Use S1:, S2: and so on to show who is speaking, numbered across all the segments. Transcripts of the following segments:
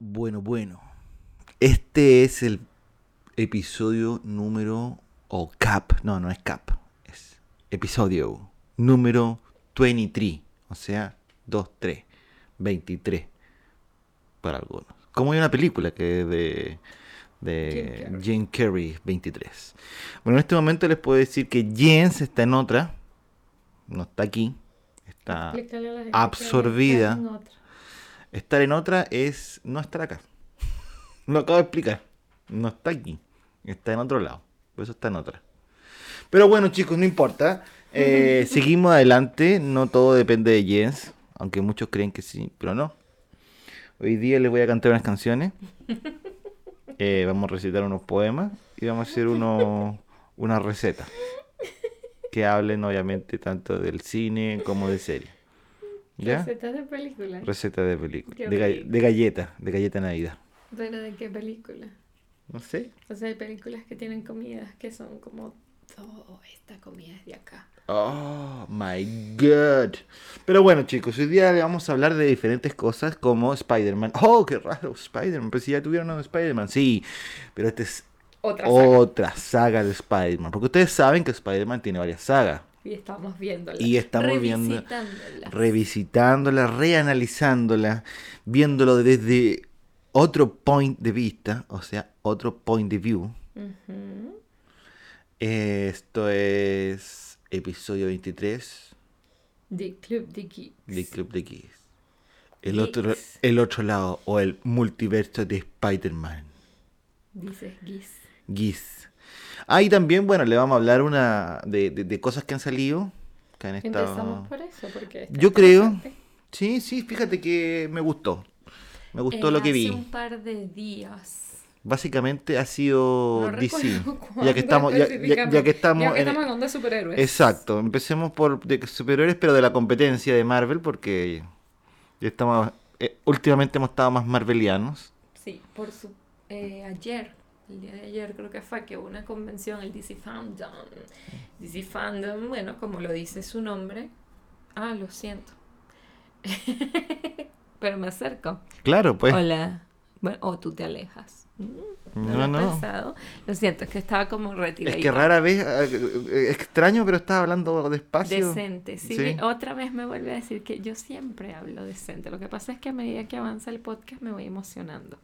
S1: bueno, este es el episodio número. O cap. No, no es cap. Es episodio número 23. O sea, 2-3. 23. Para algunos. Como hay una película que es de. De Jim
S2: Jim Carrey.
S1: Carrey 23. Bueno, en este momento les puedo decir que Jens está en otra. No está aquí. Está.
S2: Explícale a la gente que
S1: absorbida.
S2: está en otra.
S1: Estar en otra es no estar acá. Lo acabo de explicar. No está aquí. Está en otro lado. Por eso está en otra. Pero bueno, chicos, no importa. Eh, seguimos adelante. No todo depende de Jens. Aunque muchos creen que sí, pero no. Hoy día les voy a cantar unas canciones. Eh, vamos a recitar unos poemas. Y vamos a hacer uno, una receta. Que hablen, obviamente, tanto del cine como de serie. ¿Ya?
S2: Recetas de película.
S1: Receta de película.
S2: Qué
S1: De, ga-
S2: rico.
S1: de galleta, de galleta navidad.
S2: Bueno, ¿de qué película?
S1: No sé.
S2: O sea, hay películas que tienen comidas que son como, oh, esta comida es de acá.
S1: Oh, my God. Pero bueno, chicos, hoy día vamos a hablar de diferentes cosas como Spider-Man. Oh, qué raro, Spider-Man. Pero si ya tuvieron a Spider-Man, sí. Pero esta es
S2: Otra saga.
S1: otra saga de Spider-Man. Porque ustedes saben que Spider-Man tiene varias sagas.
S2: Y estamos viéndola.
S1: Y estamos viendo-
S2: Revisitándola.
S1: Revisitándola, reanalizándola, viéndolo desde otro point de vista, o sea, otro point de view.
S2: Ujú.
S1: Eh, Esto es episodio 23
S2: The Club de Geeks.
S1: de Club de Geeks. El
S2: Geeks.
S1: otro, el otro lado, o el multiverso de Spider-Man.
S2: Dices Geeks.
S1: Geeks. Ah, y también, bueno, le vamos a hablar una de, de- de cosas que han salido. Que han estado...
S2: Empezamos por eso, porque... está
S1: Yo creo.
S2: interesante.
S1: Sí, sí, fíjate que me gustó. Me gustó
S2: Eh,
S1: lo que
S2: hace
S1: vi.
S2: un par de días.
S1: Básicamente ha sido
S2: No
S1: DC.
S2: recuerdo
S1: Oh, Ya que
S2: cuándo
S1: estamos, ya, ya- ya
S2: específicamente.
S1: que estamos,
S2: ya que
S1: en-
S2: estamos en onda de superhéroes.
S1: Exacto, empecemos por de superiores, pero de la competencia de Marvel, porque ya estamos, eh, últimamente hemos estado más marvelianos.
S2: Sí, por su eh, ayer, el día de ayer creo que fue que hubo una convención, el DC Fandom. DC Fandom, bueno, como lo dice su nombre. Ah, lo siento. Pero me acerco.
S1: Claro, pues.
S2: Hola. Bueno, o tú te alejas. Mm,
S1: No,
S2: lo he
S1: no.
S2: pensado. Lo siento, es que estaba como
S1: Es
S2: retirada.
S1: que rara vez, eh, eh, extraño, pero estaba hablando despacio.
S2: Decente, sí. Otra vez me vuelve a decir que yo siempre hablo decente. Lo que pasa es que a medida que avanza el podcast me voy emocionando.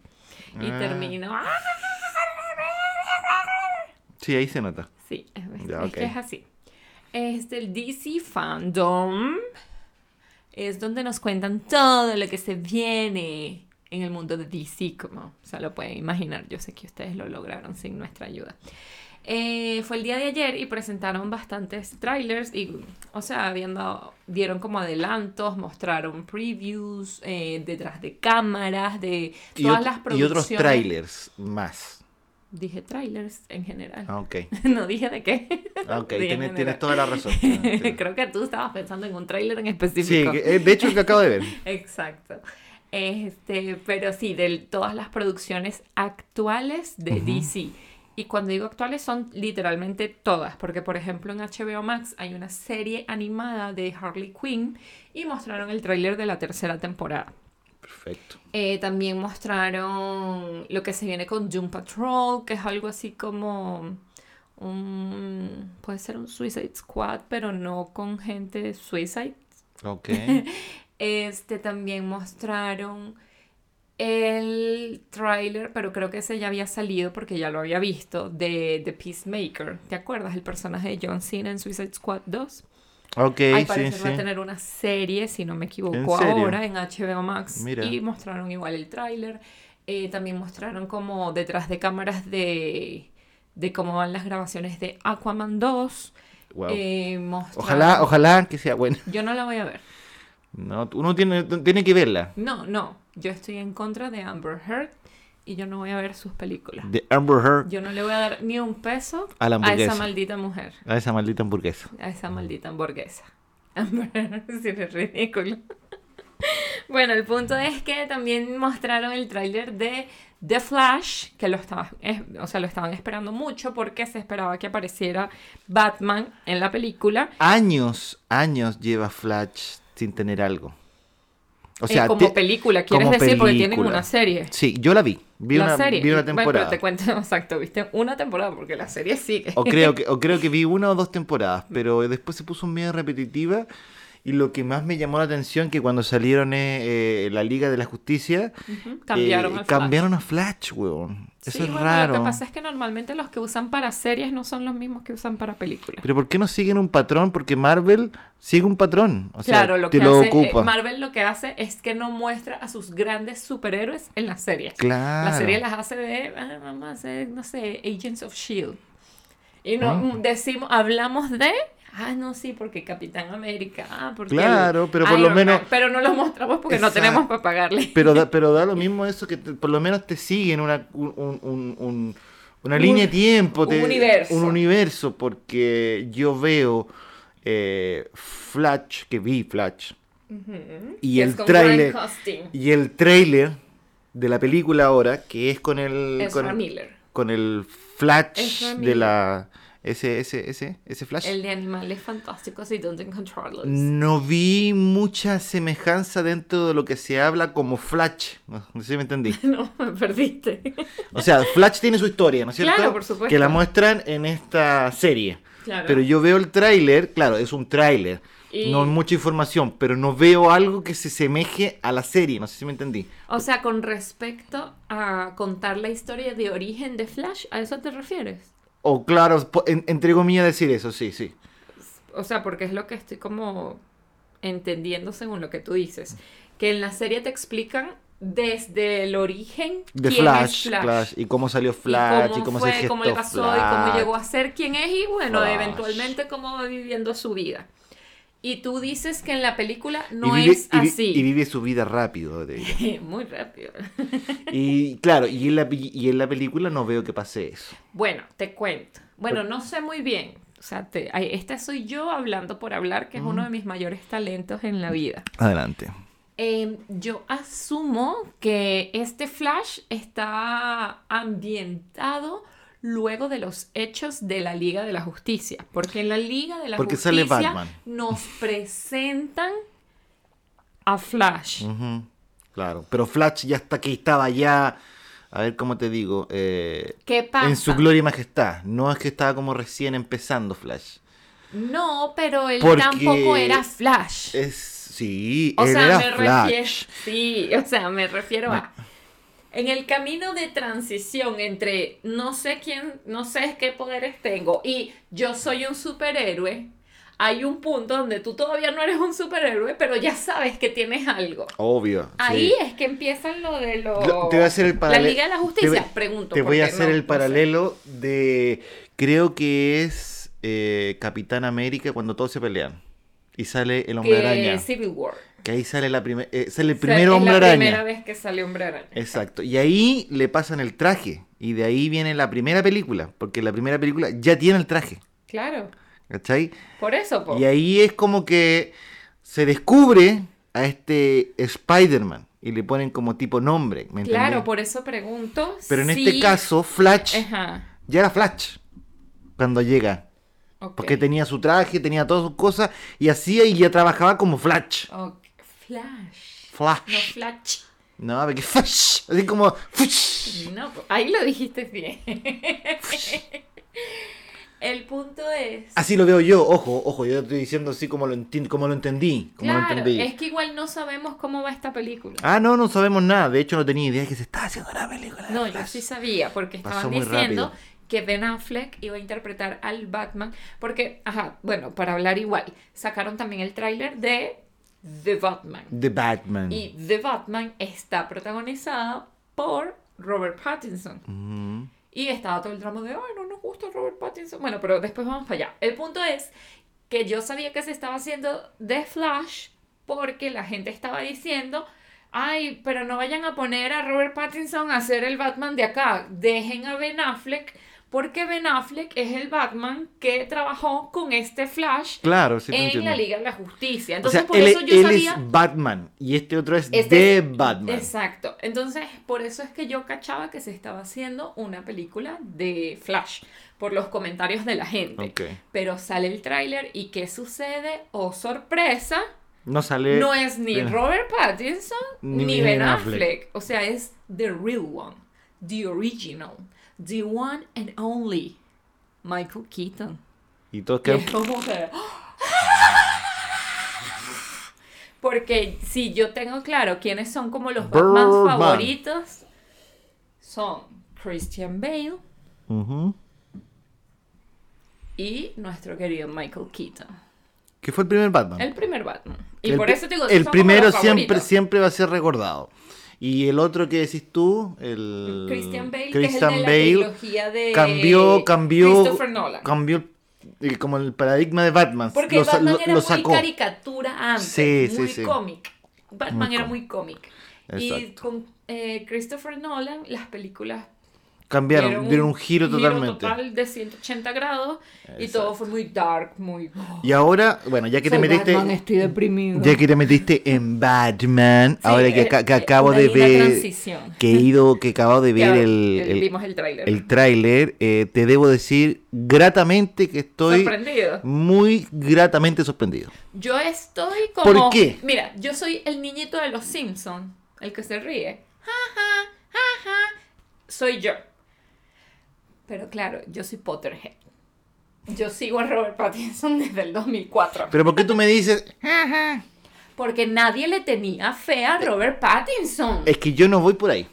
S2: Y
S1: Ah.
S2: termino.
S1: Sí, ahí se nota.
S2: Sí, es, es-
S1: Ya,
S2: es que
S1: ok.
S2: es así. Este, el DC Fandom es donde nos cuentan todo lo que se viene en el mundo de DC, como se lo pueden imaginar. Yo sé que ustedes lo lograron sin nuestra ayuda. Eh, fue el día de ayer y presentaron bastantes trailers y, o sea, habían dado- dieron como adelantos, mostraron previews eh, detrás de cámaras, de
S1: Y,
S2: todas
S1: ot-
S2: las
S1: y otros
S2: producciones.
S1: trailers más.
S2: Dije trailers en general.
S1: Ah, ok.
S2: No dije de qué.
S1: Ah, ok,
S2: Dije
S1: tienes,
S2: en general.
S1: tienes ah, toda la razón.
S2: Creo que tú estabas pensando en un tráiler en
S1: Sí,
S2: específico.
S1: que- eh, de hecho el que acabo de ver.
S2: Exacto. Este, pero sí, de todas las producciones actuales de
S1: Ujú.
S2: DC. Y cuando digo actuales son literalmente todas, porque por ejemplo en HBO Max hay una serie animada de Harley Quinn y mostraron el tráiler de la tercera temporada.
S1: Perfecto.
S2: Eh, también mostraron lo que se viene con Doom Patrol, que es algo así como un... puede ser un Suicide Squad, pero no con gente de Suicide.
S1: Ok.
S2: Este también mostraron el tráiler, pero creo que ese ya había salido porque ya lo había visto, de The Peacemaker. ¿Te acuerdas? El personaje de John Cena en Suicide Squad 2.
S1: Ok,
S2: Al
S1: sí,
S2: parecer va a
S1: sí.
S2: tener una serie, si no me equivoco,
S1: serio?
S2: ahora en HBO Max.
S1: Mira.
S2: Y mostraron igual el tráiler. Eh, también mostraron como detrás de cámaras de, de cómo van las grabaciones de Aquaman 2.
S1: Wow.
S2: Eh, mostraron-
S1: Ojalá, ojalá que sea bueno.
S2: Yo no la voy a ver.
S1: No, uno tiene, tiene que verla.
S2: No, no. Yo estoy en contra de Amber Heard y yo no voy a ver sus películas.
S1: De Amber Heard
S2: Yo no le voy a dar ni un peso
S1: a la
S2: a esa
S1: hamburguesa.
S2: maldita mujer,
S1: A esa maldita hamburguesa.
S2: a esa maldita hamburguesa. Amber Heard, si eres ridículo. Bueno, el punto es que también mostraron el tráiler de The Flash, que lo estaba, es- o sea, lo estaban esperando mucho porque se esperaba que apareciera Batman en la película.
S1: Años, años lleva Flash sin tener algo. O sea,
S2: Eh, como
S1: te-
S2: película, quieres
S1: como
S2: decir, porque tienen
S1: película.
S2: una serie.
S1: Sí, yo la vi. Vi,
S2: la
S1: una,
S2: serie.
S1: vi una
S2: Bueno,
S1: temporada.
S2: pero te cuento, exacto, viste una temporada porque la serie sigue.
S1: O creo, que, o creo que vi una o dos temporadas, pero después se puso medio repetitiva. Y lo que más me llamó la atención que cuando salieron eh, eh, la Liga de la Justicia,
S2: Ujú, cambiaron
S1: eh,
S2: al Flash.
S1: cambiaron a Flash, weón. Eso
S2: Sí,
S1: es
S2: bueno,
S1: raro.
S2: Lo que pasa es que normalmente los que usan para series no son los mismos que usan para películas.
S1: Pero ¿por qué no siguen un patrón? Porque Marvel sigue un patrón. O sea,
S2: claro, lo
S1: te
S2: que
S1: lo
S2: hace, eh,
S1: ocupa.
S2: Marvel lo que hace es que no muestra a sus grandes superhéroes en las series.
S1: Claro.
S2: La serie las hace de, ah, vamos a hacer, no sé, Agents of Shield. E Y no
S1: Ah.
S2: mm, decimos, hablamos de, ah, no, sí, porque Capitán América, ah, porque. el
S1: Claro, pero por lo
S2: Iron Man",
S1: menos-
S2: pero no los mostramos porque
S1: Exacto.
S2: no tenemos para pagarle.
S1: Pero da, pero da lo mismo eso que te- por lo menos te siguen una, un- un- un- un- una
S2: Un-
S1: línea de tiempo.
S2: un
S1: te-
S2: universo.
S1: Un universo, porque yo veo eh, Flash, que vi Flash, y
S2: Que es
S1: el
S2: con
S1: tráiler
S2: Brian Costin,
S1: y el tráiler de la película ahora, que es con el...
S2: Ezra
S1: con el-
S2: Miller.
S1: con el flash
S2: Ezra
S1: de
S2: Miller.
S1: la... Ese, ese, ese, ese flash.
S2: El de animales fantásticos y Don't Controllers.
S1: No vi mucha semejanza dentro de lo que se habla como Flash. No, no sé si me entendí.
S2: No, me perdiste.
S1: O sea, Flash tiene su historia, ¿no es cierto?
S2: Claro, por supuesto.
S1: Que la muestran en esta serie.
S2: Claro.
S1: Pero yo veo el tráiler, claro, es un tráiler.
S2: Y-
S1: No hay mucha información, pero no veo algo que se semeje a la serie. No sé si me entendí.
S2: O sea, con respecto a contar la historia de origen de Flash, ¿a eso te refieres?
S1: O claro, po- en- entre comillas decir eso, sí, sí.
S2: O sea, porque es lo que estoy como entendiendo según lo que tú dices. Que en la serie te explican desde el origen
S1: De
S2: quién
S1: Flash,
S2: es Flash.
S1: Flash, y cómo salió
S2: Y
S1: Flash, y cómo,
S2: fue,
S1: se gestó
S2: cómo le pasó y
S1: Flash.
S2: cómo llegó a ser quien es y bueno,
S1: Flash.
S2: eventualmente cómo va viviendo su vida. Y tú dices que en la película no
S1: Y vive-
S2: es
S1: y vi-
S2: así.
S1: Y vive su vida rápido. de-
S2: Muy rápido.
S1: Y claro, y en, la, pe- y en la película no veo que pase eso.
S2: Bueno, te cuento. Bueno, no sé muy bien. O sea, te- ay, esta soy yo hablando por hablar, que es uno de mis mayores talentos en la vida.
S1: Adelante.
S2: Eh, yo asumo que este flash está ambientado luego de los hechos de la Liga de la Justicia, porque en la Liga de la
S1: Porque sale
S2: Justicia
S1: Batman.
S2: nos presentan a Flash.
S1: Ujú, Claro, pero Flash ya está que estaba ya, a ver cómo te digo, eh,
S2: ¿Qué pasa?
S1: en su gloria y majestad. No es que estaba como recién empezando Flash.
S2: No, pero él
S1: Porque-
S2: tampoco era Flash.
S1: Es, sí,
S2: O
S1: él
S2: sea,
S1: era
S2: me refiero.
S1: Flash.
S2: Sí, o sea, me refiero a. En el camino de transición entre no sé quién, no sé qué poderes tengo y yo soy un superhéroe, hay un punto donde tú todavía no eres un superhéroe, pero ya sabes que tienes algo.
S1: Obvio. sí.
S2: Ahí es que empiezan lo de lo...
S1: Lo- Te voy a hacer el
S2: La
S1: paralelo.
S2: Liga de la Justicia, pregunto.
S1: Te voy a
S2: porque
S1: hacer
S2: no-
S1: el
S2: no sé.
S1: paralelo de, creo que es eh, Capitán América cuando todos se pelean. Y sale el hombre
S2: Que
S1: araña.
S2: Civil War.
S1: Que ahí sale, la primer- eh, sale el
S2: O sea,
S1: primer hombre
S2: Es la
S1: araña. Eh,
S2: primera vez que sale Hombre Araña.
S1: Exacto. Y ahí le pasan el traje. Y de ahí viene la primera película. Porque la primera película ya tiene el traje.
S2: Claro,
S1: ¿Cachai?
S2: por eso, po.
S1: Y ahí es como que se descubre a este Spider-Man. Y le ponen como tipo nombre. ¿me entendés?
S2: Claro, por Eh. eso pregunto.
S1: Pero en
S2: si-
S1: este caso, Flash
S2: Ajá.
S1: ya era Flash cuando llega.
S2: ok.
S1: Porque tenía su traje, tenía todas sus cosas. Y hacía y ya trabajaba como Flash.
S2: Ok, Flash. No
S1: Flash.
S2: Flash.
S1: No, porque Flash. Así como. Flash.
S2: No, ahí lo dijiste bien. El punto es.
S1: Así lo veo yo, ojo, ojo, yo estoy diciendo así como lo, enti- como lo entendí. Como lo
S2: Claro,
S1: entendí.
S2: es que igual no sabemos cómo va esta película.
S1: Ah, no, no sabemos nada. De hecho, no tenía idea que se estaba haciendo la película. de
S2: No, yo
S1: Flash.
S2: sí sabía, porque
S1: Pasó
S2: estaban
S1: muy
S2: diciendo
S1: rápido.
S2: que Ben Affleck iba a interpretar al Batman, porque, ajá, bueno, para hablar igual, sacaron también el tráiler de The Batman.
S1: The Batman.
S2: Y The Batman está protagonizada por Robert Pattinson.
S1: Mm.
S2: Y estaba todo el drama de, ay, no nos gusta Robert Pattinson. Bueno, pero después vamos para allá. El punto es que yo sabía que se estaba haciendo The Flash porque la gente estaba diciendo, ay, pero no vayan a poner a Robert Pattinson a hacer el Batman de acá. Dejen a Ben Affleck porque Ben Affleck es el Batman que trabajó con este Flash
S1: Claro, sí, te
S2: en
S1: entiendo.
S2: la Liga de la Justicia.
S1: o
S2: Entonces,
S1: sea,
S2: por
S1: él,
S2: eso yo
S1: él
S2: sabía...
S1: es Batman y este otro es
S2: Este
S1: The
S2: es-
S1: Batman.
S2: Exacto. Entonces, por eso es que yo cachaba que se estaba haciendo una película de Flash, por los comentarios de la gente.
S1: Ok.
S2: Pero sale el tráiler y ¿qué sucede? ¡Oh, sorpresa!
S1: No sale.
S2: no es ni
S1: Ben-
S2: Robert Pattinson
S1: Eh, Ni
S2: ni,
S1: Ben
S2: Ben,
S1: Affleck.
S2: Affleck. O sea, es the real one, the original, the one and only Michael Keaton.
S1: Y todos
S2: Que
S1: quedan.
S2: es como que- ¡Ah! Porque si yo tengo claro quiénes son como los Batman
S1: Birdman.
S2: favoritos, son Christian Bale
S1: Ujú.
S2: y nuestro querido Michael Keaton.
S1: ¿Qué fue el primer Batman?
S2: El primer Batman. Y
S1: El
S2: por
S1: pri-
S2: eso te digo,
S1: El
S2: son como
S1: primero
S2: los
S1: siempre,
S2: favoritos.
S1: siempre va a ser recordado. Y el otro que decís tú, el.
S2: Christian Bale,
S1: Christian
S2: que es el de
S1: Bale,
S2: la trilogía de
S1: cambió, cambió.
S2: Christopher Nolan.
S1: Cambió eh, como el paradigma de Batman.
S2: Porque
S1: lo, sa-
S2: Batman
S1: lo-
S2: era
S1: lo
S2: muy
S1: sacó.
S2: caricatura antes,
S1: Sí, sí,
S2: muy
S1: sí.
S2: cómic. Batman
S1: Muy
S2: era
S1: cómic.
S2: muy cómic. Y
S1: Exacto.
S2: con eh, Christopher Nolan las películas
S1: Cambiaron, dieron, un, giro totalmente.
S2: total de 180 grados y todo fue muy dark, muy
S1: Y ahora, bueno, ya que te metiste.
S2: estoy deprimido.
S1: Ya que te metiste en Batman,
S2: Sí,
S1: ahora que,
S2: eh,
S1: ca- que
S2: eh,
S1: acabo de
S2: ahí la
S1: ver.
S2: transición.
S1: Que he ido, que acabo de ver el, el-
S2: vimos el tráiler.
S1: el tráiler, eh, te debo decir gratamente que estoy
S2: Sorprendido.
S1: muy gratamente sorprendido.
S2: Yo estoy como.
S1: ¿Por qué?
S2: Mira, yo soy el niñito de los Simpsons, el que se ríe. Ja, ja, ja, ja. Soy yo. Pero claro, yo soy Potterhead. Yo sigo a Robert Pattinson desde el 2004.
S1: Pero ¿por qué tú me dices? "Ajá"?
S2: Porque nadie le tenía fe a Robert Pattinson.
S1: Es que yo no voy por ahí.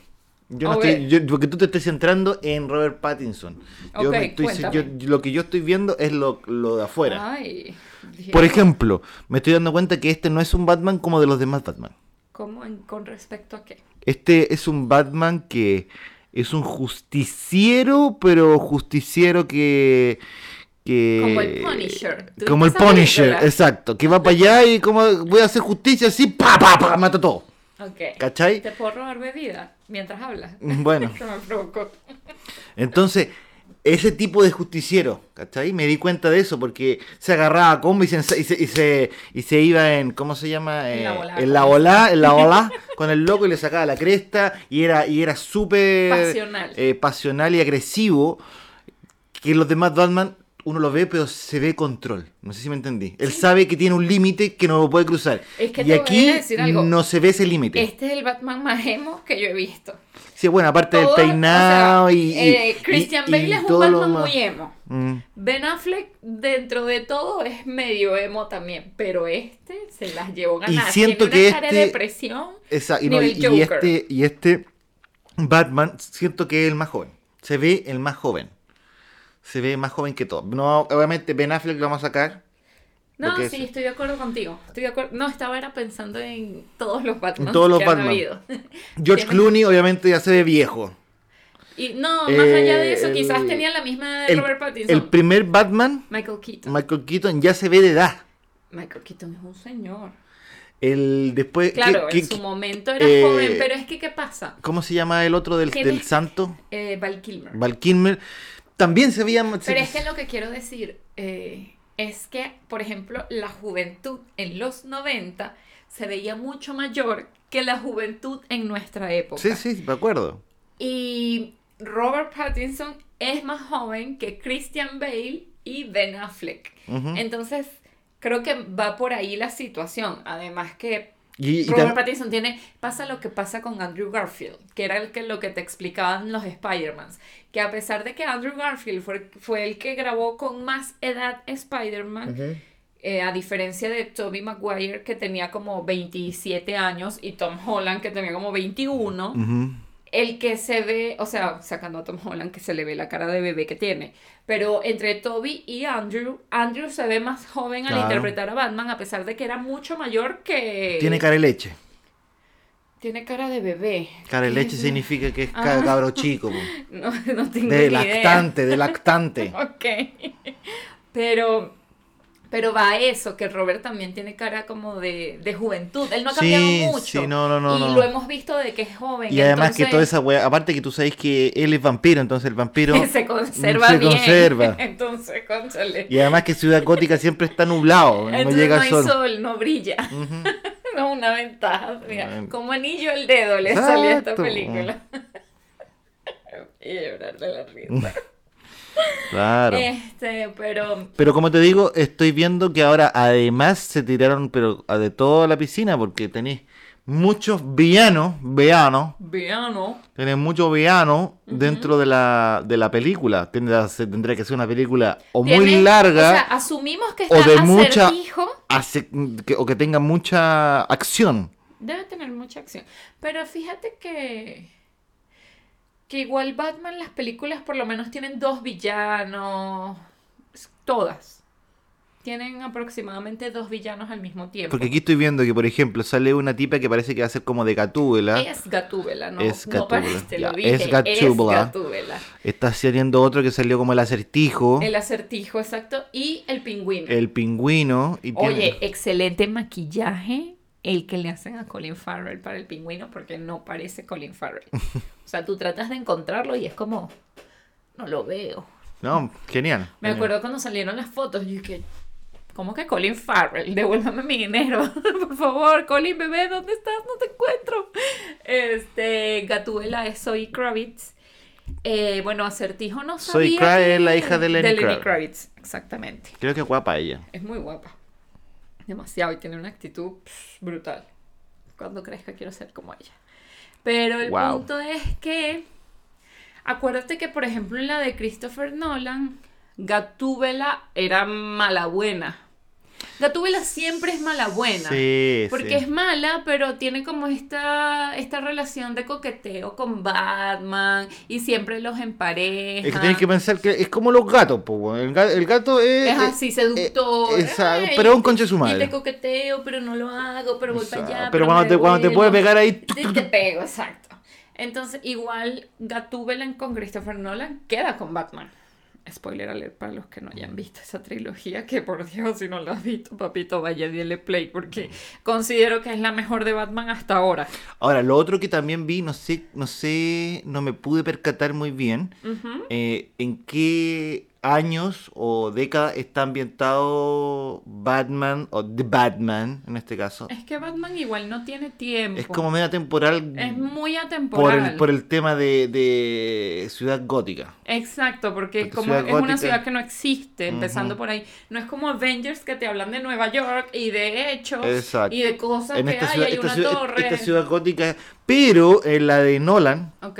S1: Yo no
S2: Ok.
S1: estoy, yo- porque tú te estés centrando en Robert Pattinson. Yo
S2: Ok,
S1: me estoy-
S2: cuéntame. Ah,
S1: yo- yo- lo que yo estoy viendo es lo, lo de afuera.
S2: Ay, dije,
S1: Por ejemplo, me estoy dando cuenta que este no es un Batman como de los demás Batman.
S2: ¿Cómo en- con respecto a qué?
S1: Este es un Batman que es un justiciero, pero justiciero que. que-
S2: Como el Punisher. ¿Tú
S1: Como el
S2: viste esa
S1: Punisher,
S2: película?
S1: exacto. Que va para allá y como voy a hacer justicia así, pa, pa, pa, mata todo.
S2: Ok.
S1: ¿Cachai? Mm,
S2: ¿Te puedo robar bebida mientras hablas?
S1: Bueno,
S2: Que me provocó.
S1: entonces, ese tipo de justiciero, ¿cachai? Me di cuenta de eso porque se agarraba a combo y se, y se, y se- y se iba en, ¿cómo se llama? Eh,
S2: En la volada.
S1: en la volá, en la volá, con el loco y le sacaba la cresta y era, y era súper
S2: Pasional.
S1: eh, pasional y agresivo. Que los demás Batman, uno lo ve, pero se ve control. No sé si me entendí. Él sabe que tiene un límite que no lo puede cruzar.
S2: Es que
S1: y
S2: te voy a
S1: aquí
S2: decir algo.
S1: no se ve ese límite.
S2: Este es el Batman más emo que yo he visto.
S1: Sí, bueno, aparte del
S2: Todo-
S1: peinado
S2: o sea,
S1: y, y-
S2: eh,
S1: y-
S2: Christian
S1: y
S2: Bale es un
S1: todo lo
S2: Batman
S1: más.
S2: muy emo.
S1: Mm.
S2: Ben Affleck, dentro de todo, es medio emo también. Pero este se las llevó ganar.
S1: siento
S2: Tiene
S1: que
S2: una cara
S1: este-
S2: de depresión.
S1: Esa- y, no, y-
S2: Nivel
S1: y
S2: Joker.
S1: este, y este Batman siento que es el más joven. Se ve el más joven. Se ve más joven que todo. No, obviamente Ben Affleck lo vamos a sacar.
S2: No,
S1: Porque
S2: sí,
S1: es-
S2: estoy de acuerdo contigo. Estoy de acuerdo. No, estaba era pensando en todos los Batman.
S1: En todos los
S2: que han
S1: Batman.
S2: habido.
S1: George
S2: Tiene-
S1: Clooney obviamente ya se ve viejo.
S2: Y no, más
S1: Eh,
S2: allá de eso, quizás
S1: el-
S2: tenían la misma de
S1: El,
S2: Robert Pattinson.
S1: el primer Batman,
S2: Michael Keaton.
S1: Michael Keaton, ya se ve de edad.
S2: Michael Keaton es un señor.
S1: El después.
S2: Claro,
S1: ¿qué-
S2: en
S1: qué-
S2: su momento era
S1: eh,
S2: joven, pero es que, ¿qué pasa?
S1: ¿Cómo se llama el otro del,
S2: ¿Quién
S1: del
S2: es?
S1: santo?
S2: Eh, Val Kilmer.
S1: Val Kilmer. También se veía.
S2: Pero es que lo que quiero decir eh, es que, por ejemplo, la juventud en los 90 se veía mucho mayor que la juventud en nuestra época.
S1: Sí, sí, me acuerdo.
S2: Y Robert Pattinson es más joven que Christian Bale y Ben Affleck.
S1: Ujú.
S2: Entonces, creo que va por ahí la situación. Además que
S1: Y, y
S2: Robert
S1: tam-
S2: Pattinson tiene, pasa lo que pasa con Andrew Garfield, que era el que, lo que te explicaban los Spider-Mans, que a pesar de que Andrew Garfield fue, fue el que grabó con más edad Spider-Man, eh, a diferencia de Tobey Maguire que tenía como 27 años y Tom Holland que tenía como 21,
S1: Ujú.
S2: el que se ve, o sea, sacando a Tom Holland que se le ve la cara de bebé que tiene, pero entre Toby y Andrew, Andrew se ve más joven al
S1: Claro.
S2: interpretar a Batman a pesar de que era mucho mayor que
S1: Tiene cara de leche.
S2: tiene cara de bebé.
S1: Cara de
S2: ¿Qué
S1: leche
S2: es?
S1: significa que es ca- cabro chico. po.
S2: No, no tengo
S1: De
S2: Ah. ni
S1: lactante, de lactante.
S2: idea. Ok. Pero, pero va a eso, que Robert también tiene cara como de, de juventud. Él no ha
S1: Sí,
S2: cambiado mucho.
S1: sí, no, no, no,
S2: Y
S1: no.
S2: lo hemos visto de que es joven.
S1: Y además que toda
S2: entonces
S1: esa wea, aparte que tú sabes que él es vampiro, entonces el vampiro...
S2: se conserva
S1: se
S2: bien.
S1: conserva.
S2: Entonces, cónchale.
S1: Y además que Ciudad Gótica siempre está nublado, no
S2: Entonces
S1: llega
S2: no
S1: el
S2: hay
S1: sol.
S2: sol. no brilla.
S1: Ujú.
S2: No, una ventaja. mira,
S1: Bueno.
S2: como anillo al dedo le salió a esta
S1: Exacto.
S2: película. Voy a llorar de la risa.
S1: Claro.
S2: Este, pero
S1: Pero como te digo, estoy viendo que ahora además se tiraron pero a de toda la piscina porque tenéis muchos villanos, veanos,
S2: verano.
S1: tenés muchos villanos dentro de la, de la película. Tendrá, se- tendrá que ser una película o muy
S2: tiene-
S1: larga
S2: O sea, asumimos que
S1: o
S2: está
S1: de mucha-
S2: acertijo.
S1: hace- que- o que tenga mucha acción.
S2: Debe tener mucha acción. Pero fíjate que. Que igual Batman, las películas por lo menos tienen dos villanos. Todas. Tienen aproximadamente dos villanos al mismo tiempo.
S1: Porque aquí estoy viendo que, por ejemplo, sale una tipa que parece que va a ser como de Gatúbela.
S2: Es Gatúbela, ¿no?
S1: Es
S2: no
S1: Gatúbela,
S2: parece,
S1: ya,
S2: lo dije.
S1: es
S2: Es
S1: Gatúbela.
S2: Gatúbela.
S1: Está saliendo otro que salió como el acertijo, el,
S2: El acertijo, exacto. Y el pingüino.
S1: pingüino. Y tiene-
S2: Oye, excelente maquillaje el que le hacen a Colin Farrell para el pingüino porque no parece Colin Farrell. O sea, tú tratas de encontrarlo y es como, no lo veo.
S1: No, genial.
S2: Me
S1: genial.
S2: acuerdo cuando salieron las fotos, yo dije, ¿cómo que Colin Farrell? Devuélvame mi dinero, por favor. Colin, bebé, ¿dónde estás? No te encuentro. Este, Gatúbela es Zoe Kravitz. Eh, bueno, Acertijo no
S1: Zoe
S2: sabía
S1: Kravitz
S2: que-
S1: es la hija de Lenny Kravitz.
S2: Kravitz. Exactamente.
S1: Creo que es guapa ella.
S2: Es muy guapa. Demasiado. Y tiene una actitud pff, brutal. Cuando crezca quiero ser como ella. Pero el
S1: Wow.
S2: punto es que. Acuérdate que, por ejemplo, en la de Christopher Nolan, Gatúbela era mala buena. Gatúbela siempre es mala buena.
S1: Sí,
S2: Porque
S1: sí.
S2: es mala, pero tiene como esta, esta relación de coqueteo con Batman y siempre los empareja.
S1: Es que tienes que pensar que es como los gatos, po, weón. el, ga- el gato es...
S2: Es así, seductor.
S1: eh, esa-
S2: Ay,
S1: pero es un conche su
S2: Y te
S1: madre.
S2: coqueteo, pero no lo hago, pero voy
S1: Exacto.
S2: para allá.
S1: Pero cuando
S2: me
S1: te- cuando te
S2: devuelvo.
S1: puede pegar ahí, tuc,
S2: Te,
S1: tuc,
S2: te
S1: tuc.
S2: pego, exacto. Entonces, igual Gatúbela con Christopher Nolan queda con Batman. Spoiler alert para los que no hayan visto esa trilogía, que por Dios, si no la has visto, papito, vaya, dile play, porque considero que es la mejor de Batman hasta ahora.
S1: Ahora, lo otro que también vi, no sé, no sé, no me pude percatar muy bien
S2: Ujú.
S1: eh, en qué años o décadas está ambientado Batman o The Batman en este caso.
S2: Es que Batman igual no tiene tiempo.
S1: Es como media temporal
S2: Es muy
S1: por,
S2: atemporal.
S1: el, por el tema de, de ciudad gótica.
S2: Exacto, porque
S1: Porque
S2: como
S1: ciudad
S2: es
S1: gótica.
S2: una ciudad que no existe, empezando
S1: Ujú.
S2: por ahí. No es como Avengers que te hablan de Nueva York y de hechos
S1: Exacto.
S2: y de cosas
S1: En
S2: que
S1: esta
S2: hay,
S1: ciudad,
S2: hay
S1: esta
S2: una
S1: ciudad, e-,
S2: torre.
S1: esta ciudad gótica, pero en la de Nolan,
S2: Ok.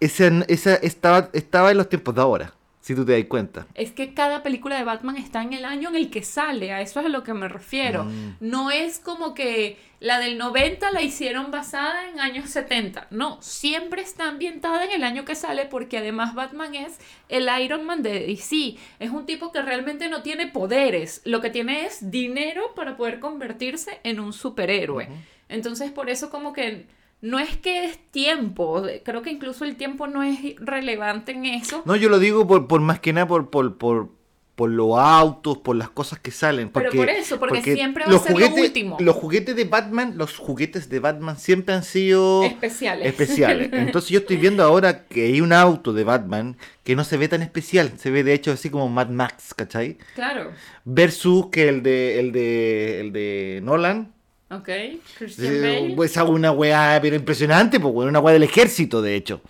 S1: Esa, esa estaba, estaba en los tiempos de ahora, si tú te das cuenta.
S2: Es que cada película de Batman está en el año en el que sale, a eso es a lo que me refiero.
S1: Mm.
S2: No es como que la del 90 la hicieron basada en años 70. No, siempre está ambientada en el año que sale porque además Batman es el Iron Man de DC. Es un tipo que realmente no tiene poderes. Lo que tiene es dinero para poder convertirse en un superhéroe.
S1: Ujú.
S2: Entonces por eso como que no es que es tiempo. Creo que incluso el tiempo no es relevante en eso.
S1: No, yo lo digo por, por más que nada por, por, por, por los autos, por las cosas que salen.
S2: Pero
S1: Porque,
S2: por eso, porque siempre va a ser lo último.
S1: Los juguetes de Batman, los juguetes de Batman siempre han sido
S2: Especiales.
S1: especiales. Entonces yo estoy viendo ahora que hay un auto de Batman que no se ve tan especial, se ve de hecho así como Mad Max, ¿cachai?
S2: Claro.
S1: Versus que el de, el de, el de Nolan.
S2: Ok. Christian
S1: eh,
S2: Bale.
S1: Pues hago una weá, pero impresionante, pues weón, una weá del ejército, de hecho.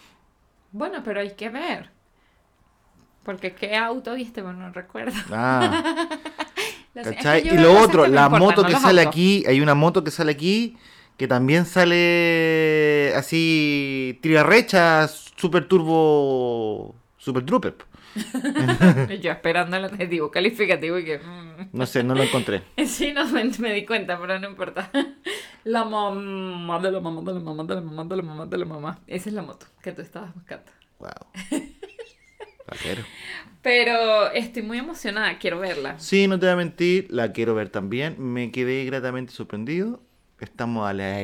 S2: Bueno, pero hay que ver. Porque qué auto viste, bueno, no recuerdo.
S1: Ah,
S2: Lo sé, es que
S1: ¿cachai?
S2: yo
S1: Y
S2: veo
S1: lo
S2: cosas
S1: otro,
S2: que me
S1: la
S2: importan,
S1: moto
S2: no
S1: que
S2: los
S1: sale
S2: autos.
S1: aquí, hay una moto que sale aquí que también sale así tirarrecha, super turbo, super trooper.
S2: Y Yo esperando el adjetivo calificativo y que... mm.
S1: No sé, no lo encontré.
S2: Sí, no me, me di cuenta, pero no importa. La mamá de la mamá de la mamá de la mamá de la mamá de la mamá. Esa es la moto que tú estabas buscando.
S1: Wow. Vaquero.
S2: Pero estoy muy emocionada, quiero verla.
S1: Sí, no te voy a mentir, la quiero ver también. Me quedé gratamente sorprendido. Estamos a la...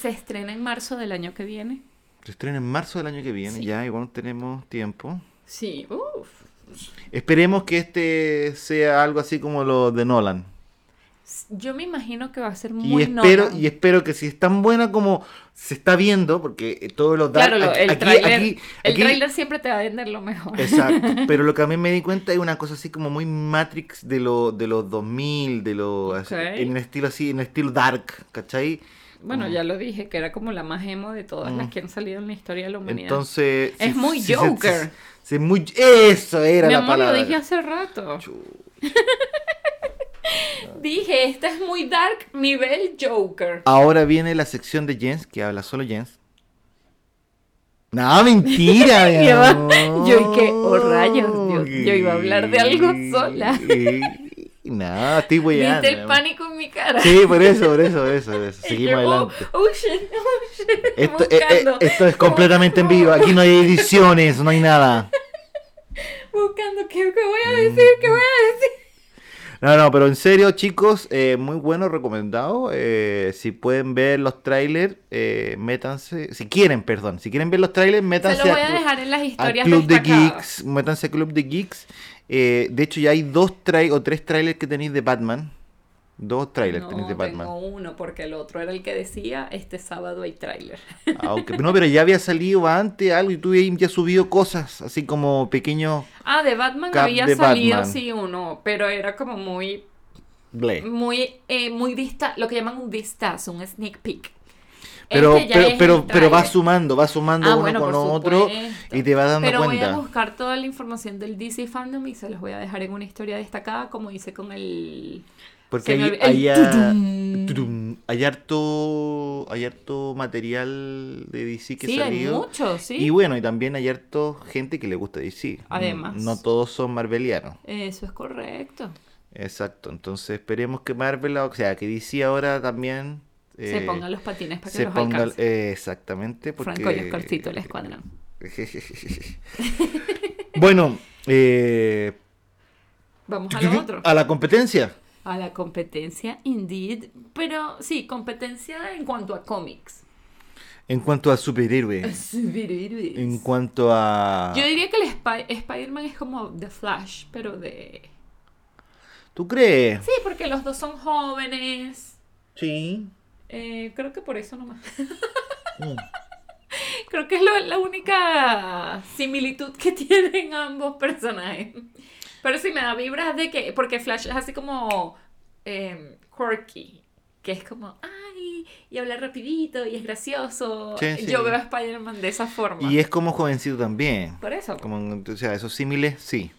S2: Se estrena en marzo del año que viene.
S1: Se estrena en marzo del año que viene,
S2: Sí.
S1: ya igual tenemos tiempo.
S2: Sí, uff.
S1: Esperemos que este sea algo así como lo de Nolan.
S2: Yo me imagino que va a ser muy
S1: Y espero,
S2: Nolan.
S1: y espero que si es tan buena como se está viendo, porque eh, todos los datos.
S2: Claro, lo- el tráiler el tráiler siempre te va a vender lo mejor.
S1: Exacto. Pero lo que a mí me di cuenta es una cosa así como muy Matrix de, lo, de los 2000, de lo, así,
S2: Ok.
S1: en el estilo así, en el estilo dark, ¿cachai?
S2: Bueno, ya lo dije, que era como la más emo de todas las que han salido en la historia de la humanidad.
S1: Mm. Entonces.
S2: Es muy Joker.
S1: sí, sí, muy, eso era
S2: Mi
S1: la
S2: amor,
S1: palabra.
S2: lo dije hace rato.
S1: Chu-
S2: Dije, esta es muy dark, nivel Joker.
S1: Ahora viene la sección de Jens que habla solo Jens. No, mentira, mi
S2: Yo-
S1: amor.
S2: yo y que, oh, rayos, yo- yo iba a hablar de algo sola.
S1: no, estoy weyando.
S2: ¿Viste
S1: mi
S2: el
S1: amor.
S2: pánico en mi cara?
S1: Sí, por eso, por eso, por eso. por eso.
S2: Y
S1: Seguimos
S2: yo, oh,
S1: adelante.
S2: Oh, shit, oh, shit,
S1: Esto, eh, eh,
S2: buscando,
S1: esto es
S2: como-
S1: completamente en vivo. Aquí no hay ediciones, no hay nada. eh.
S2: Buscando, ¿qué, qué voy a decir? ¿Qué voy a decir?
S1: No, no, pero en serio, chicos, eh, muy bueno, recomendado. Eh, si pueden ver los trailers, eh, métanse. Si quieren, perdón. Si quieren ver los trailers,
S2: Se
S1: métanse
S2: lo voy a
S1: Clu-
S2: dejar en las
S1: a
S2: historias
S1: Club de
S2: destacadas.
S1: Geeks. Métanse a Club de Geeks. Eh, de hecho, ya hay dos trailers o tres trailers que tenéis de Batman. Dos trailers
S2: No,
S1: tenéis de Batman.
S2: tengo uno, porque el otro era el que decía, este sábado hay tráiler.
S1: Ah, ok. No, pero ya había salido antes algo y tú ahí ya subido cosas, así como pequeños
S2: Ah, de Batman
S1: Cap
S2: había
S1: de
S2: salido
S1: Batman.
S2: sí uno, pero era como muy,
S1: bleh.
S2: muy, eh, muy dista, lo que llaman un vistazo, un sneak peek.
S1: Pero,
S2: Este ya es
S1: pero,
S2: el
S1: pero, pero va
S2: tráiler.
S1: sumando, va sumando
S2: Ah,
S1: uno
S2: bueno,
S1: con
S2: por
S1: otro
S2: supuesto.
S1: y te vas dando
S2: Pero voy a
S1: cuenta.
S2: buscar toda la información del DC Fandom y se los voy a dejar en una historia destacada, como hice con el...
S1: Porque
S2: se me
S1: hay,
S2: olvidó-
S1: hay,
S2: el
S1: a-
S2: tudum.
S1: tudum, hay harto, hay harto material de DC que
S2: Sí, hay
S1: salió.
S2: muchos, sí.
S1: Y bueno, y también hay harto gente que le gusta DC. No-
S2: Además.
S1: No, todos son marvelianos.
S2: Eso es correcto.
S1: Exacto. Entonces esperemos que Marvel, o sea, que DC ahora también...
S2: se
S1: eh,
S2: pongan los patines para que
S1: se
S2: los
S1: ponga-
S2: alcance.
S1: eh, exactamente. Porque...
S2: Franco y Oscarcito les cuadran.
S1: bueno, eh,
S2: Vamos a lo otro.
S1: a la competencia.
S2: A la competencia, indeed. Pero sí, competencia en cuanto a cómics.
S1: En cuanto a superhéroes. En
S2: Yo
S1: cuanto a...
S2: diría que el Spi- Spider-Man es como The Flash, pero de...
S1: ¿Tú crees?
S2: Sí, porque los dos son jóvenes.
S1: Sí.
S2: Eh, creo que por eso nomás.
S1: Mm.
S2: Creo que es lo- la única similitud que tienen ambos personajes. Pero sí me da vibras de que, porque Flash es así como eh, quirky, que es como, ay, y habla rapidito y es gracioso.
S1: Sí, sí.
S2: Yo veo a Spider-Man de esa forma.
S1: Y es como jovencito también.
S2: Por eso. pues.
S1: Como, o sea, esos símiles, sí.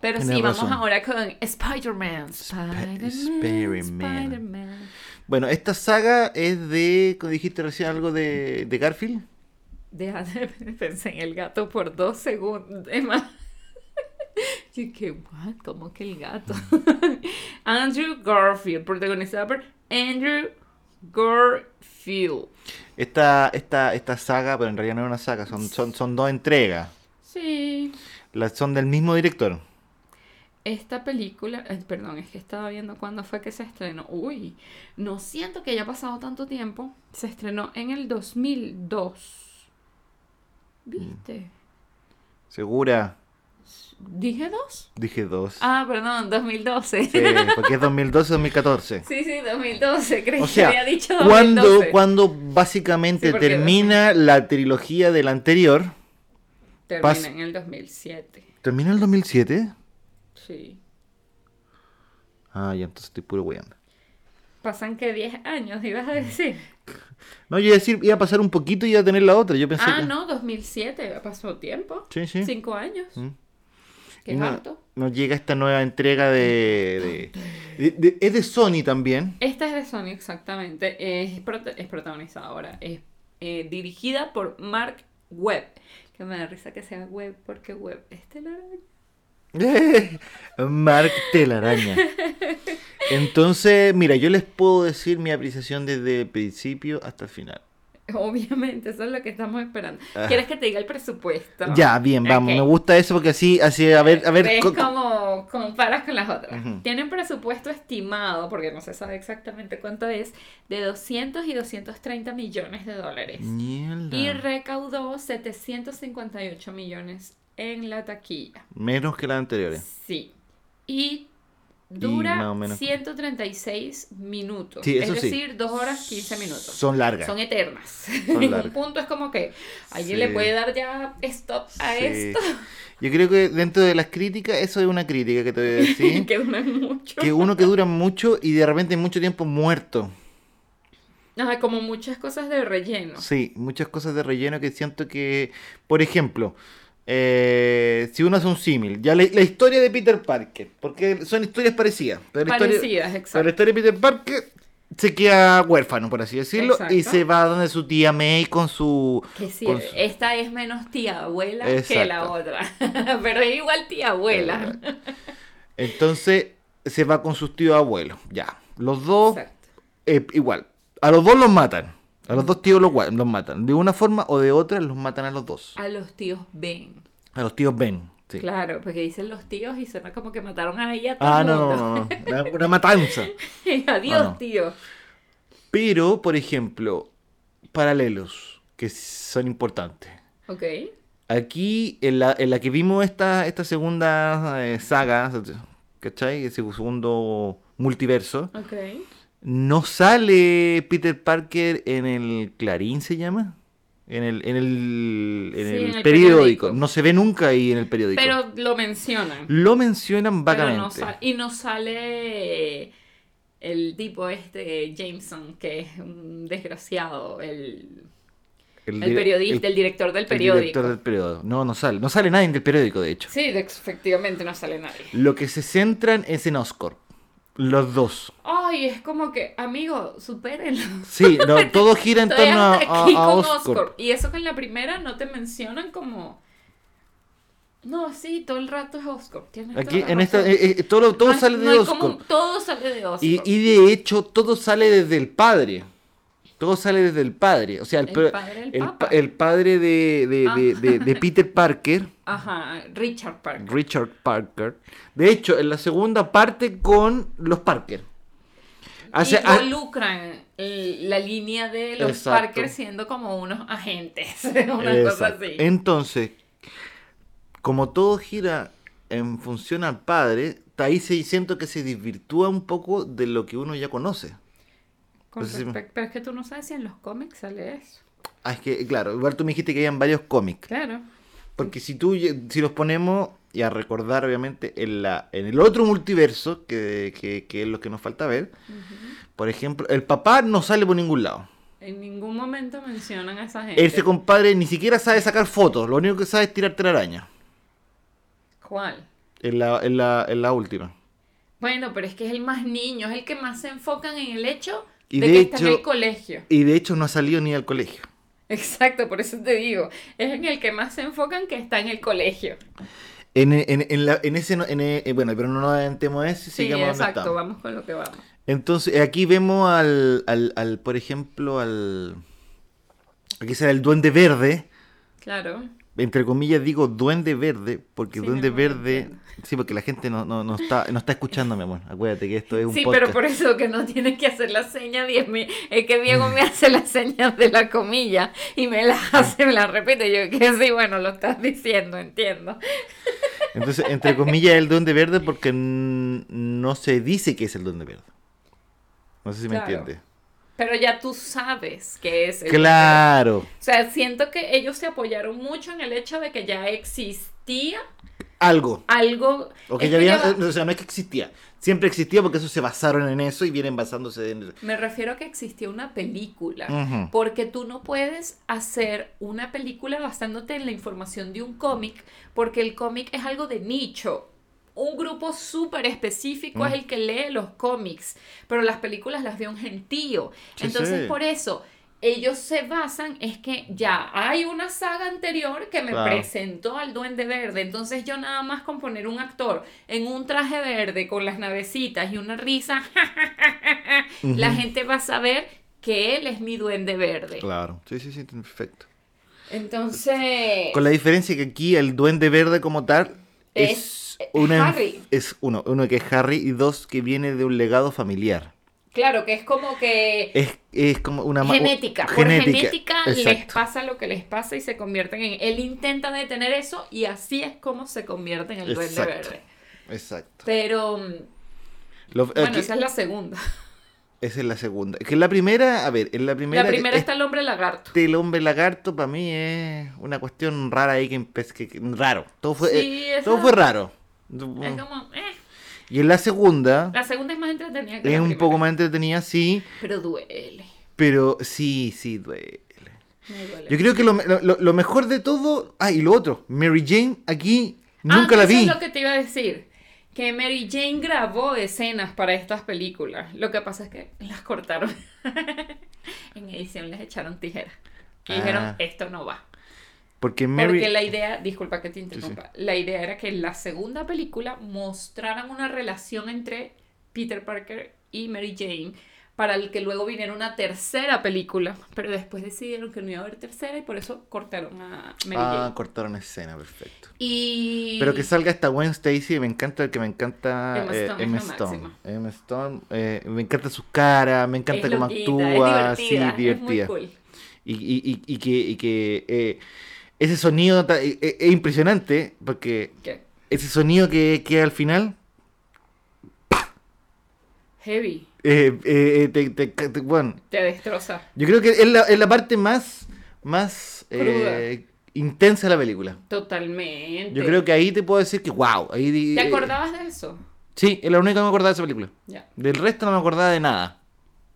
S2: Pero sí,
S1: tienes
S2: vamos
S1: razón.
S2: ahora con Spider-Man. Spider-Man.
S1: Spider-Man.
S2: Spider-Man.
S1: Bueno, esta saga es de, como dijiste recién, algo de, de Garfield.
S2: Deja de- pensé en el gato por dos segundos. Es más. Yo qué what? ¿Cómo que el gato?
S1: Mm.
S2: Andrew Garfield, protagonizada por Andrew Garfield.
S1: Esta, esta, esta saga, pero en realidad no es una saga, son, son, son dos entregas.
S2: Sí.
S1: Las, son del mismo director.
S2: Esta película, eh, perdón, es que estaba viendo cuándo fue que se estrenó. Uy, no siento que haya pasado tanto tiempo. Se estrenó en el 2002. ¿Viste?
S1: Segura,
S2: ¿Dije dos?
S1: dije dos.
S2: Ah, perdón, 2012.
S1: Sí, porque es 2012-2014.
S2: Sí, sí, 2012, creí
S1: O sea,
S2: que había dicho
S1: cuando,
S2: 2012.
S1: cuando básicamente
S2: Sí, porque-
S1: termina la trilogía del anterior.
S2: Terminé
S1: pas-
S2: en el 2007,
S1: ¿Termina el 2007?
S2: sí.
S1: Ah, ya entonces estoy puro weando.
S2: ¿Pasan que 10 años, ibas
S1: Mm.
S2: a decir?
S1: No, yo iba a decir, iba a pasar un poquito y iba a tener la otra. Yo pensé
S2: ah,
S1: que-
S2: no, 2007, pasó tiempo.
S1: Sí, sí.
S2: 5 años,
S1: Mm.
S2: qué
S1: Y no-
S2: harto.
S1: Nos llega esta nueva entrega de, de- de- Es de Sony también.
S2: Esta es de Sony, exactamente. Es, prota- es protagonizada ahora. Es eh, dirigida por Mark Webb. Que me da risa que sea Webb, porque Webb es telaraña.
S1: Mark Telaraña. Entonces, mira, yo les puedo decir mi apreciación desde el principio hasta el final.
S2: Obviamente, eso es lo que estamos esperando.
S1: Ah.
S2: ¿Quieres que te diga el presupuesto?
S1: Ya, bien, vamos.
S2: Ok.
S1: Me gusta eso porque así, así, a ver, a ver.
S2: ¿Ves
S1: co-
S2: cómo comparas con las otras?
S1: Ujú.
S2: Tienen presupuesto estimado, porque no se sabe exactamente cuánto es, de 200 y 230 millones de dólares.
S1: Mierda.
S2: Y recaudó 758 millones en la taquilla.
S1: Menos que las anteriores.
S2: Sí. Y
S1: más
S2: dura
S1: o menos.
S2: 136 minutos.
S1: Sí,
S2: es
S1: eso sí.
S2: decir, 2 horas 15 minutos.
S1: Son largas.
S2: Son eternas.
S1: Son
S2: en un
S1: largas.
S2: punto es como que
S1: Sí.
S2: alguien le puede dar ya stop a
S1: Sí.
S2: esto.
S1: Yo creo que dentro de las críticas, eso es una crítica que te voy a decir.
S2: que duran mucho.
S1: que uno que dura mucho y de repente mucho tiempo muerto.
S2: Ajá, como muchas cosas de relleno.
S1: Sí, muchas cosas de relleno que siento que, por ejemplo, eh, si uno hace un símil, ya la, la historia de Peter Parker, porque son historias parecidas, pero la historia-
S2: Parecidas,
S1: pero la
S2: exacto.
S1: historia de Peter Parker se queda huérfano, por así decirlo, y
S2: Exacto.
S1: se va donde su tía May con su...
S2: Que sí, eh,
S1: con su-
S2: esta es menos tía abuela que la
S1: Exacto. Eh,
S2: otra. pero es igual tía abuela. eh.
S1: Entonces se va con sus tíos abuelos, ya. Los dos
S2: Exacto.
S1: eh, igual. A los dos los matan. A los dos tíos los, gua- los matan. De una forma o de otra los matan a los dos.
S2: A los tíos ven.
S1: A los tíos Ben. sí.
S2: Claro, porque dicen los tíos y suena como que mataron a ella.
S1: Ah, no, no, no, no. Una- Una matanza.
S2: Adiós,
S1: No, no.
S2: tío.
S1: Pero, por ejemplo, paralelos que son importantes.
S2: Ok.
S1: Aquí, en la, en la que vimos esta, esta segunda eh, saga, ¿cachai? Ese segundo multiverso,
S2: Ok.
S1: no sale Peter Parker en el Clarín, ¿se llama? En el, en el, en
S2: Sí,
S1: el
S2: en
S1: periódico.
S2: el periódico.
S1: No se ve nunca ahí en el periódico.
S2: Pero lo mencionan.
S1: Lo mencionan
S2: Pero
S1: Mm, vagamente.
S2: no sa- y no sale el tipo este, Jameson, que es un desgraciado, el, el
S1: di-
S2: periodista, el, director del periódico.
S1: El director del periódico. No, no sale. No sale nadie del periódico, de hecho.
S2: Sí, de- efectivamente no sale nadie.
S1: Lo que se centran es en Oscorp. Los dos.
S2: Ay, es como que, amigo, supérenlo.
S1: Sí, no, todo gira en
S2: Estoy
S1: torno a,
S2: hasta
S1: a-
S2: aquí
S1: a
S2: con
S1: Oscorp.
S2: Oscorp. Y eso que en la primera no te mencionan como... No, sí, todo el rato es Oscorp. tienes toda
S1: Aquí,
S2: la
S1: en esta,
S2: razón.
S1: eh, eh, todo, todo
S2: No hay-
S1: sale
S2: no
S1: de
S2: hay
S1: Oscorp.
S2: como- todo sale de Oscorp.
S1: Y, y de hecho, todo sale desde el padre. Todo sale desde el padre. O sea, el,
S2: El
S1: pro-
S2: padre del
S1: el
S2: Papa. Ah.
S1: pa- el padre de, de- de- de- de Peter Parker,
S2: Ajá, Richard Parker.
S1: Richard Parker. De hecho, en la segunda parte con los Parker. Hace- ha-
S2: involucran el- la línea de los
S1: Exacto.
S2: Parker siendo como unos agentes, una cosa
S1: Exacto.
S2: así.
S1: Entonces, como todo gira en función al padre, ahí se, siento que se desvirtúa un poco de lo que uno ya conoce.
S2: Con
S1: pues sí.
S2: respect- pero es que tú no sabes si en los cómics sale eso.
S1: Ah, es que, claro, igual tú me dijiste que habían varios cómics.
S2: Claro.
S1: Porque si tú lle- si los ponemos y a recordar obviamente en la en el otro multiverso que, que- que es lo que nos falta ver, por ejemplo, el papá no sale por ningún lado.
S2: En ningún momento mencionan a esa gente.
S1: Ese compadre ni siquiera sabe sacar fotos, lo único que sabe es tirar telaraña
S2: ¿Cuál?
S1: en la, en la, en la última.
S2: Bueno, pero es que es el más niño, es el que más se enfocan en el hecho
S1: Y
S2: de,
S1: de
S2: que está en
S1: hecho-
S2: el colegio.
S1: Y de hecho no ha salido ni al colegio.
S2: Exacto, por eso te digo, es en el que más se enfocan que está en el colegio.
S1: En, en, en la- en ese no- en, eh, bueno, pero no nos adelantemos a eso y
S2: Sí,
S1: sigamos donde
S2: exacto,
S1: estamos.
S2: vamos con lo que vamos.
S1: Entonces, aquí vemos al, al, al, por ejemplo, al aquí será el duende verde.
S2: Claro.
S1: entre comillas digo duende verde, porque
S2: Sí,
S1: duende
S2: mi amor,
S1: verde,
S2: entiendo.
S1: sí, porque la gente no, no, no está, no está escuchando, mi amor. Acuérdate que esto es un
S2: Sí,
S1: podcast.
S2: pero por eso que no tienes que hacer la seña, Dios mío, es que Diego me hace las señas de la comilla y me
S1: Ah.
S2: las hace, me las repite, yo que sí, bueno, lo estás diciendo, entiendo.
S1: Entonces, entre comillas el duende verde porque n- no se dice que es el duende verde. No sé si me
S2: Claro.
S1: entiendes.
S2: Pero ya tú sabes que es... el-
S1: Claro.
S2: O sea, siento que ellos se apoyaron mucho en el hecho de que ya existía
S1: Algo.
S2: algo...
S1: O que
S2: es
S1: ya
S2: que ya
S1: había, eh,
S2: va-
S1: o sea, no es que existía. Siempre existía porque eso se basaron en eso y vienen basándose en eso. Pues,
S2: Me refiero a que existía una película.
S1: Ujú.
S2: Porque tú no puedes hacer una película basándote en la información de un cómic, porque el cómic es algo de nicho. Un grupo súper específico
S1: Mm.
S2: es el que lee los cómics, pero las películas las ve un gentío.
S1: Sí,
S2: Entonces,
S1: sí.
S2: por eso, ellos se basan, es que ya hay una saga anterior que me
S1: Claro.
S2: presentó al Duende Verde. Entonces, yo nada más con poner un actor en un traje verde con las navecitas y una risa, la
S1: Ujú.
S2: gente va a saber que él es mi duende verde.
S1: Claro. Sí, sí, sí, perfecto.
S2: Entonces,
S1: Con la diferencia que aquí el duende verde como tal es,
S2: Es- eh,
S1: una-
S2: Harry.
S1: es uno, uno que es Harry y dos que viene de un legado familiar.
S2: claro que es como que
S1: Es, es como una ma-
S2: genética.
S1: u-
S2: Por genética les
S1: exacto.
S2: pasa lo que les pasa y se convierten en... Él intenta detener eso y así es como se convierte en el duende
S1: Exacto.
S2: verde.
S1: Exacto.
S2: Pero, mm,
S1: Lo-
S2: bueno,
S1: aquí-
S2: esa es la segunda.
S1: esa es la segunda. Que la primera, a ver, en la primera,
S2: la primera
S1: este,
S2: está el hombre lagarto.
S1: el hombre lagarto para mí es una cuestión rara ahí que, empe- que- que- raro. Todo fue,
S2: Sí,
S1: eh,
S2: esa-
S1: todo fue raro. Mm.
S2: Es como, eh,
S1: Y en la segunda
S2: La segunda es más entretenida que
S1: es
S2: la
S1: un
S2: primera,
S1: poco más entretenida, sí.
S2: Pero duele.
S1: Pero sí, sí, duele.
S2: Me duele.
S1: Yo creo que lo, lo- lo mejor de todo. Ah, y lo otro. Mary Jane aquí
S2: Ah,
S1: nunca la
S2: eso
S1: vi.
S2: es lo que te iba a decir. Que Mary Jane grabó escenas para estas películas. Lo que pasa es que las cortaron. en edición les echaron tijeras. Y
S1: Ah.
S2: dijeron, esto no va.
S1: Porque Mary.
S2: Porque la idea, disculpa que te interrumpa, la idea era que en la segunda película mostraran una relación entre Peter Parker y Mary Jane para el que luego viniera una tercera película, pero después decidieron que no iba a haber tercera y por eso cortaron a Mary
S1: Ah,
S2: Jane.
S1: cortaron escena, perfecto.
S2: Y
S1: Pero que salga esta Gwen Stacy, me encanta el que me encanta
S2: Emma
S1: eh,
S2: Stone es
S1: Emma
S2: lo
S1: Stone.
S2: máximo.
S1: Emma Stone, eh, me encanta su cara, me encanta
S2: Es
S1: cómo
S2: loquita, es
S1: actúa, sí,
S2: divertida, es muy
S1: divertida.
S2: cool.
S1: Y, y- y- y que, y que, eh, ese sonido ta- eh, eh, es impresionante, porque
S2: ¿Qué?
S1: ese sonido que queda al final,
S2: Heavy,
S1: eh, eh, eh, te- te- te- bueno,
S2: te destroza.
S1: yo creo que es la, es la parte más, más eh, intensa de la película.
S2: Totalmente.
S1: Yo creo que ahí te puedo decir que, wow, ahí... di-
S2: ¿Te
S1: eh,
S2: acordabas de eso?
S1: Sí, es la única que me acordaba de esa película.
S2: Ya,
S1: Del resto no me acordaba de nada.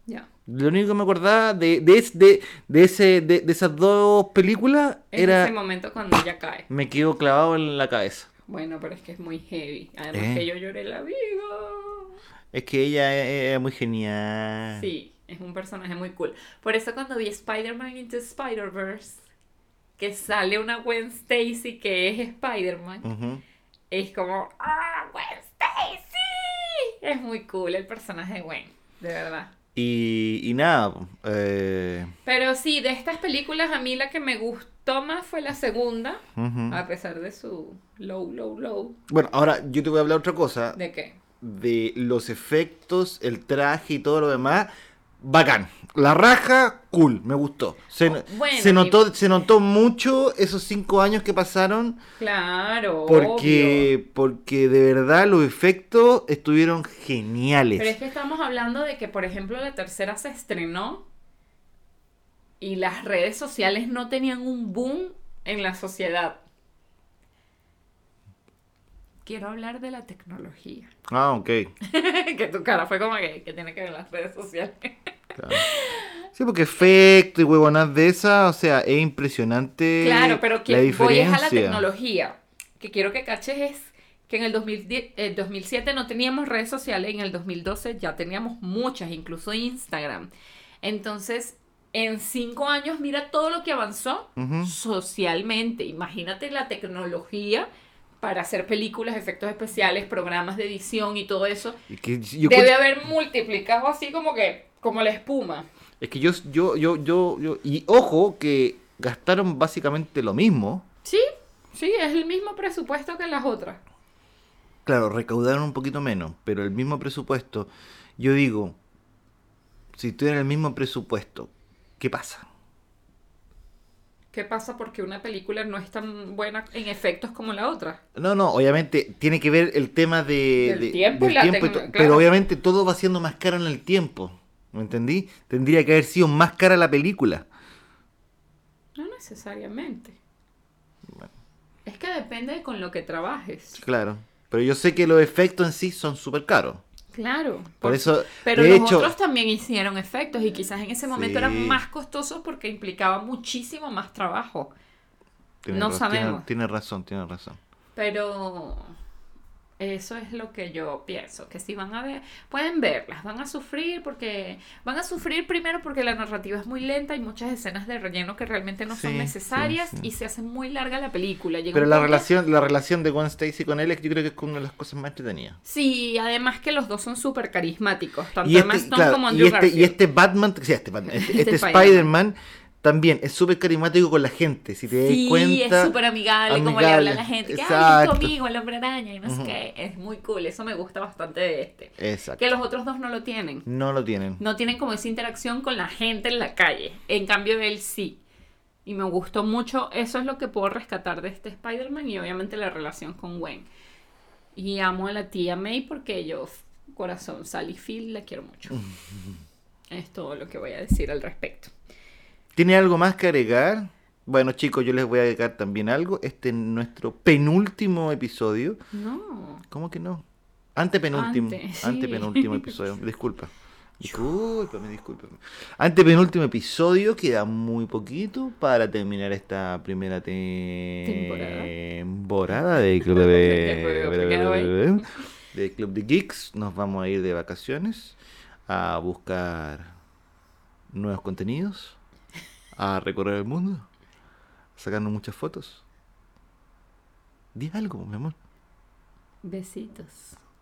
S2: ya.
S1: Lo único que me acordaba de, de, es- de, de ese, de, de esas dos películas
S2: Es
S1: era...
S2: ese momento cuando ella cae.
S1: Me quedo clavado en la cabeza.
S2: Bueno, pero es que es muy heavy. Además
S1: Eh.
S2: que yo lloré la vida.
S1: Es que ella es, es muy genial.
S2: Sí, es un personaje muy cool. Por eso cuando vi Spider-Man Into Spider-Verse, que sale una Gwen Stacy que es Spider-Man,
S1: Ujú.
S2: es como, ¡Ah, Gwen Stacy! Es muy cool el personaje de Gwen, de verdad.
S1: y, y nada, po, eh,
S2: Pero sí, de estas películas a mí la que me gustó más fue la segunda,
S1: ujú.
S2: a pesar de su low, low, low.
S1: Bueno, ahora yo te voy a hablar otra cosa. De...
S2: ¿De qué?
S1: los efectos, el traje y todo lo demás. Bacán. La raja, cool, me gustó. Se,
S2: Oh, bueno,
S1: se
S2: mi-
S1: notó, se notó mucho esos cinco años que pasaron.
S2: Claro. obvio.
S1: Porque, porque de verdad los efectos estuvieron geniales.
S2: Pero es que estamos hablando de que, por ejemplo, la tercera se estrenó y las redes sociales no tenían un boom en la sociedad. Quiero hablar de la tecnología.
S1: Ah, ok.
S2: que tu cara fue como que, que tiene que ver las redes sociales.
S1: claro. Sí, porque efectos y huevonas de esas, o sea, es impresionante.
S2: Claro, pero
S1: la
S2: que voy es
S1: diferencia.
S2: a la tecnología. Que quiero que caches es que en el 2010 eh, 2007 no teníamos redes sociales, en el 2012 ya teníamos muchas, incluso Instagram. Entonces, en cinco años, mira todo lo que avanzó
S1: Ujú.
S2: socialmente. Imagínate la tecnología para hacer películas, efectos especiales, programas de edición y todo eso.
S1: Y que yo
S2: Debe
S1: encuentro-
S2: haber multiplicado así como que, como la espuma.
S1: Es que yo, yo, yo, yo, yo- y ojo que gastaron básicamente lo mismo.
S2: Sí, sí, es el mismo presupuesto que las otras.
S1: Claro, recaudaron un poquito menos, pero el mismo presupuesto. Yo digo, si tuvieran el mismo presupuesto, ¿qué pasa?
S2: ¿Qué pasa porque una película no es tan buena en efectos como la otra?
S1: No, no, obviamente tiene que ver el tema de,
S2: Del
S1: de-
S2: tiempo y la
S1: to-
S2: tecno-
S1: Pero
S2: claro.
S1: obviamente todo va siendo más caro en el tiempo. ¿Me entendí? Tendría que haber sido más cara la película.
S2: No necesariamente. Es que depende de con lo que trabajes.
S1: Claro. Pero yo sé que los efectos en sí son súper caros.
S2: Claro.
S1: Por eso,
S2: Pero
S1: de
S2: los
S1: hecho,
S2: otros también hicieron efectos y quizás en ese momento
S1: Sí.
S2: eran más costosos porque implicaba muchísimo más trabajo.
S1: Tiene
S2: no
S1: ra-
S2: sabemos.
S1: Tiene, tiene razón, tiene razón.
S2: Pero eso es lo que yo pienso, que si van a ver, pueden verlas, van a sufrir porque van a sufrir primero porque la narrativa es muy lenta y muchas escenas de relleno que realmente no
S1: Sí,
S2: son necesarias
S1: sí, sí.
S2: y se hace muy larga la película. Llega
S1: Pero
S2: un
S1: la
S2: punto-
S1: relación, la relación de Gwen Stacy con él, es que yo creo que es una de las cosas más entretenidas.
S2: Sí, además que los dos son súper carismáticos, tanto
S1: Y
S2: Emma
S1: este,
S2: Stone
S1: claro,
S2: como
S1: y
S2: Andrew
S1: este, y
S2: Garfield.
S1: este Batman, sí, este, Batman, este,
S2: Este
S1: este
S2: Spider-Man.
S1: Spider-Man también es súper carismático con la gente. Si te das
S2: Sí,
S1: cuenta.
S2: es súper amigable, como le habla a la
S1: amigable,
S2: gente, que "Ay, es
S1: exacto.
S2: tu amigo, el hombre araña, y no sé
S1: Ujú.
S2: qué. Es muy cool, eso me gusta bastante de este.
S1: Exacto.
S2: Que los otros dos no lo tienen.
S1: No lo tienen.
S2: no tienen como esa interacción con la gente en la calle. En cambio, él sí. Y me gustó mucho. Eso es lo que puedo rescatar de este Spider-Man y obviamente la relación con Gwen. Y amo a la tía May porque yo, f- corazón, Sally Field, la quiero mucho. es todo lo que voy a decir al respecto.
S1: ¿Tiene algo más que agregar? Bueno, chicos, yo les voy a agregar también algo. Este es nuestro penúltimo episodio.
S2: No.
S1: ¿Cómo que no? Antepenúltimo.
S2: Antes, sí.
S1: Antepenúltimo episodio. Disculpa. Discúlpame, discúlpame. Ante penúltimo episodio, queda muy poquito para terminar esta primera te-
S2: Temporada.
S1: temporada de Club de... de Club de Geeks. Nos vamos a ir de vacaciones a buscar nuevos contenidos, a recorrer el mundo, sacando muchas fotos. Di algo, mi amor.
S2: Besitos.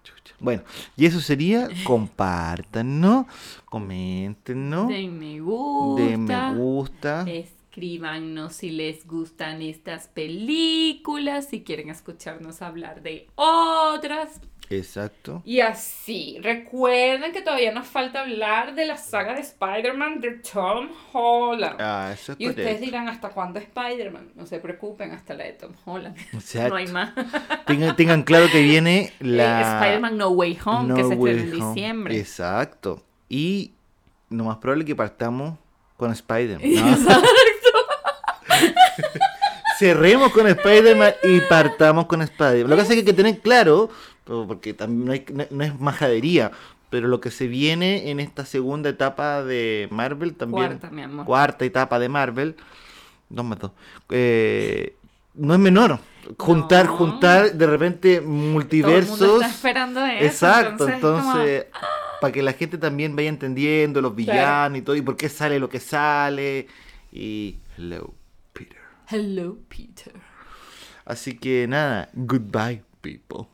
S1: Chucha. Bueno, y eso sería, compártanlo, coméntenlo,
S2: Den me
S1: den
S2: gusta.
S1: me gusta.
S2: Escríbanos si les gustan estas películas, si quieren escucharnos hablar de otras.
S1: Exacto.
S2: Y así, recuerden que todavía nos falta hablar de la saga de Spider-Man de Tom Holland.
S1: Ah, eso es
S2: y ustedes
S1: correcto.
S2: dirán, ¿hasta cuándo Spider-Man? No se preocupen, hasta la de Tom Holland.
S1: Exacto.
S2: No hay más.
S1: Tengan, tengan claro que viene
S2: Eh,
S1: la...
S2: Spider-Man No Way Home, que
S1: No
S2: se
S1: Way
S2: estrenó en
S1: Home.
S2: diciembre.
S1: Exacto. Y lo más probable es que partamos con Spider-Man. ¿no? Cerremos con Spider-Man y partamos con Spider-Man. Lo que pasa es que hay que tener claro, pero porque también no, hay- no- no es majadería, pero lo que se viene en esta segunda etapa de Marvel también.
S2: Cuarta, mi amor.
S1: cuarta etapa de Marvel. Dos más dos. Eh, no es menor. Juntar,
S2: No.
S1: juntar de repente multiversos.
S2: Todo el mundo está esperando eso.
S1: Exacto,
S2: entonces, como-
S1: entonces, para que la gente también vaya entendiendo los villanos y todo, y por qué sale lo que sale. Y hello, Peter.
S2: Hello, Peter.
S1: Así que nada, goodbye, people.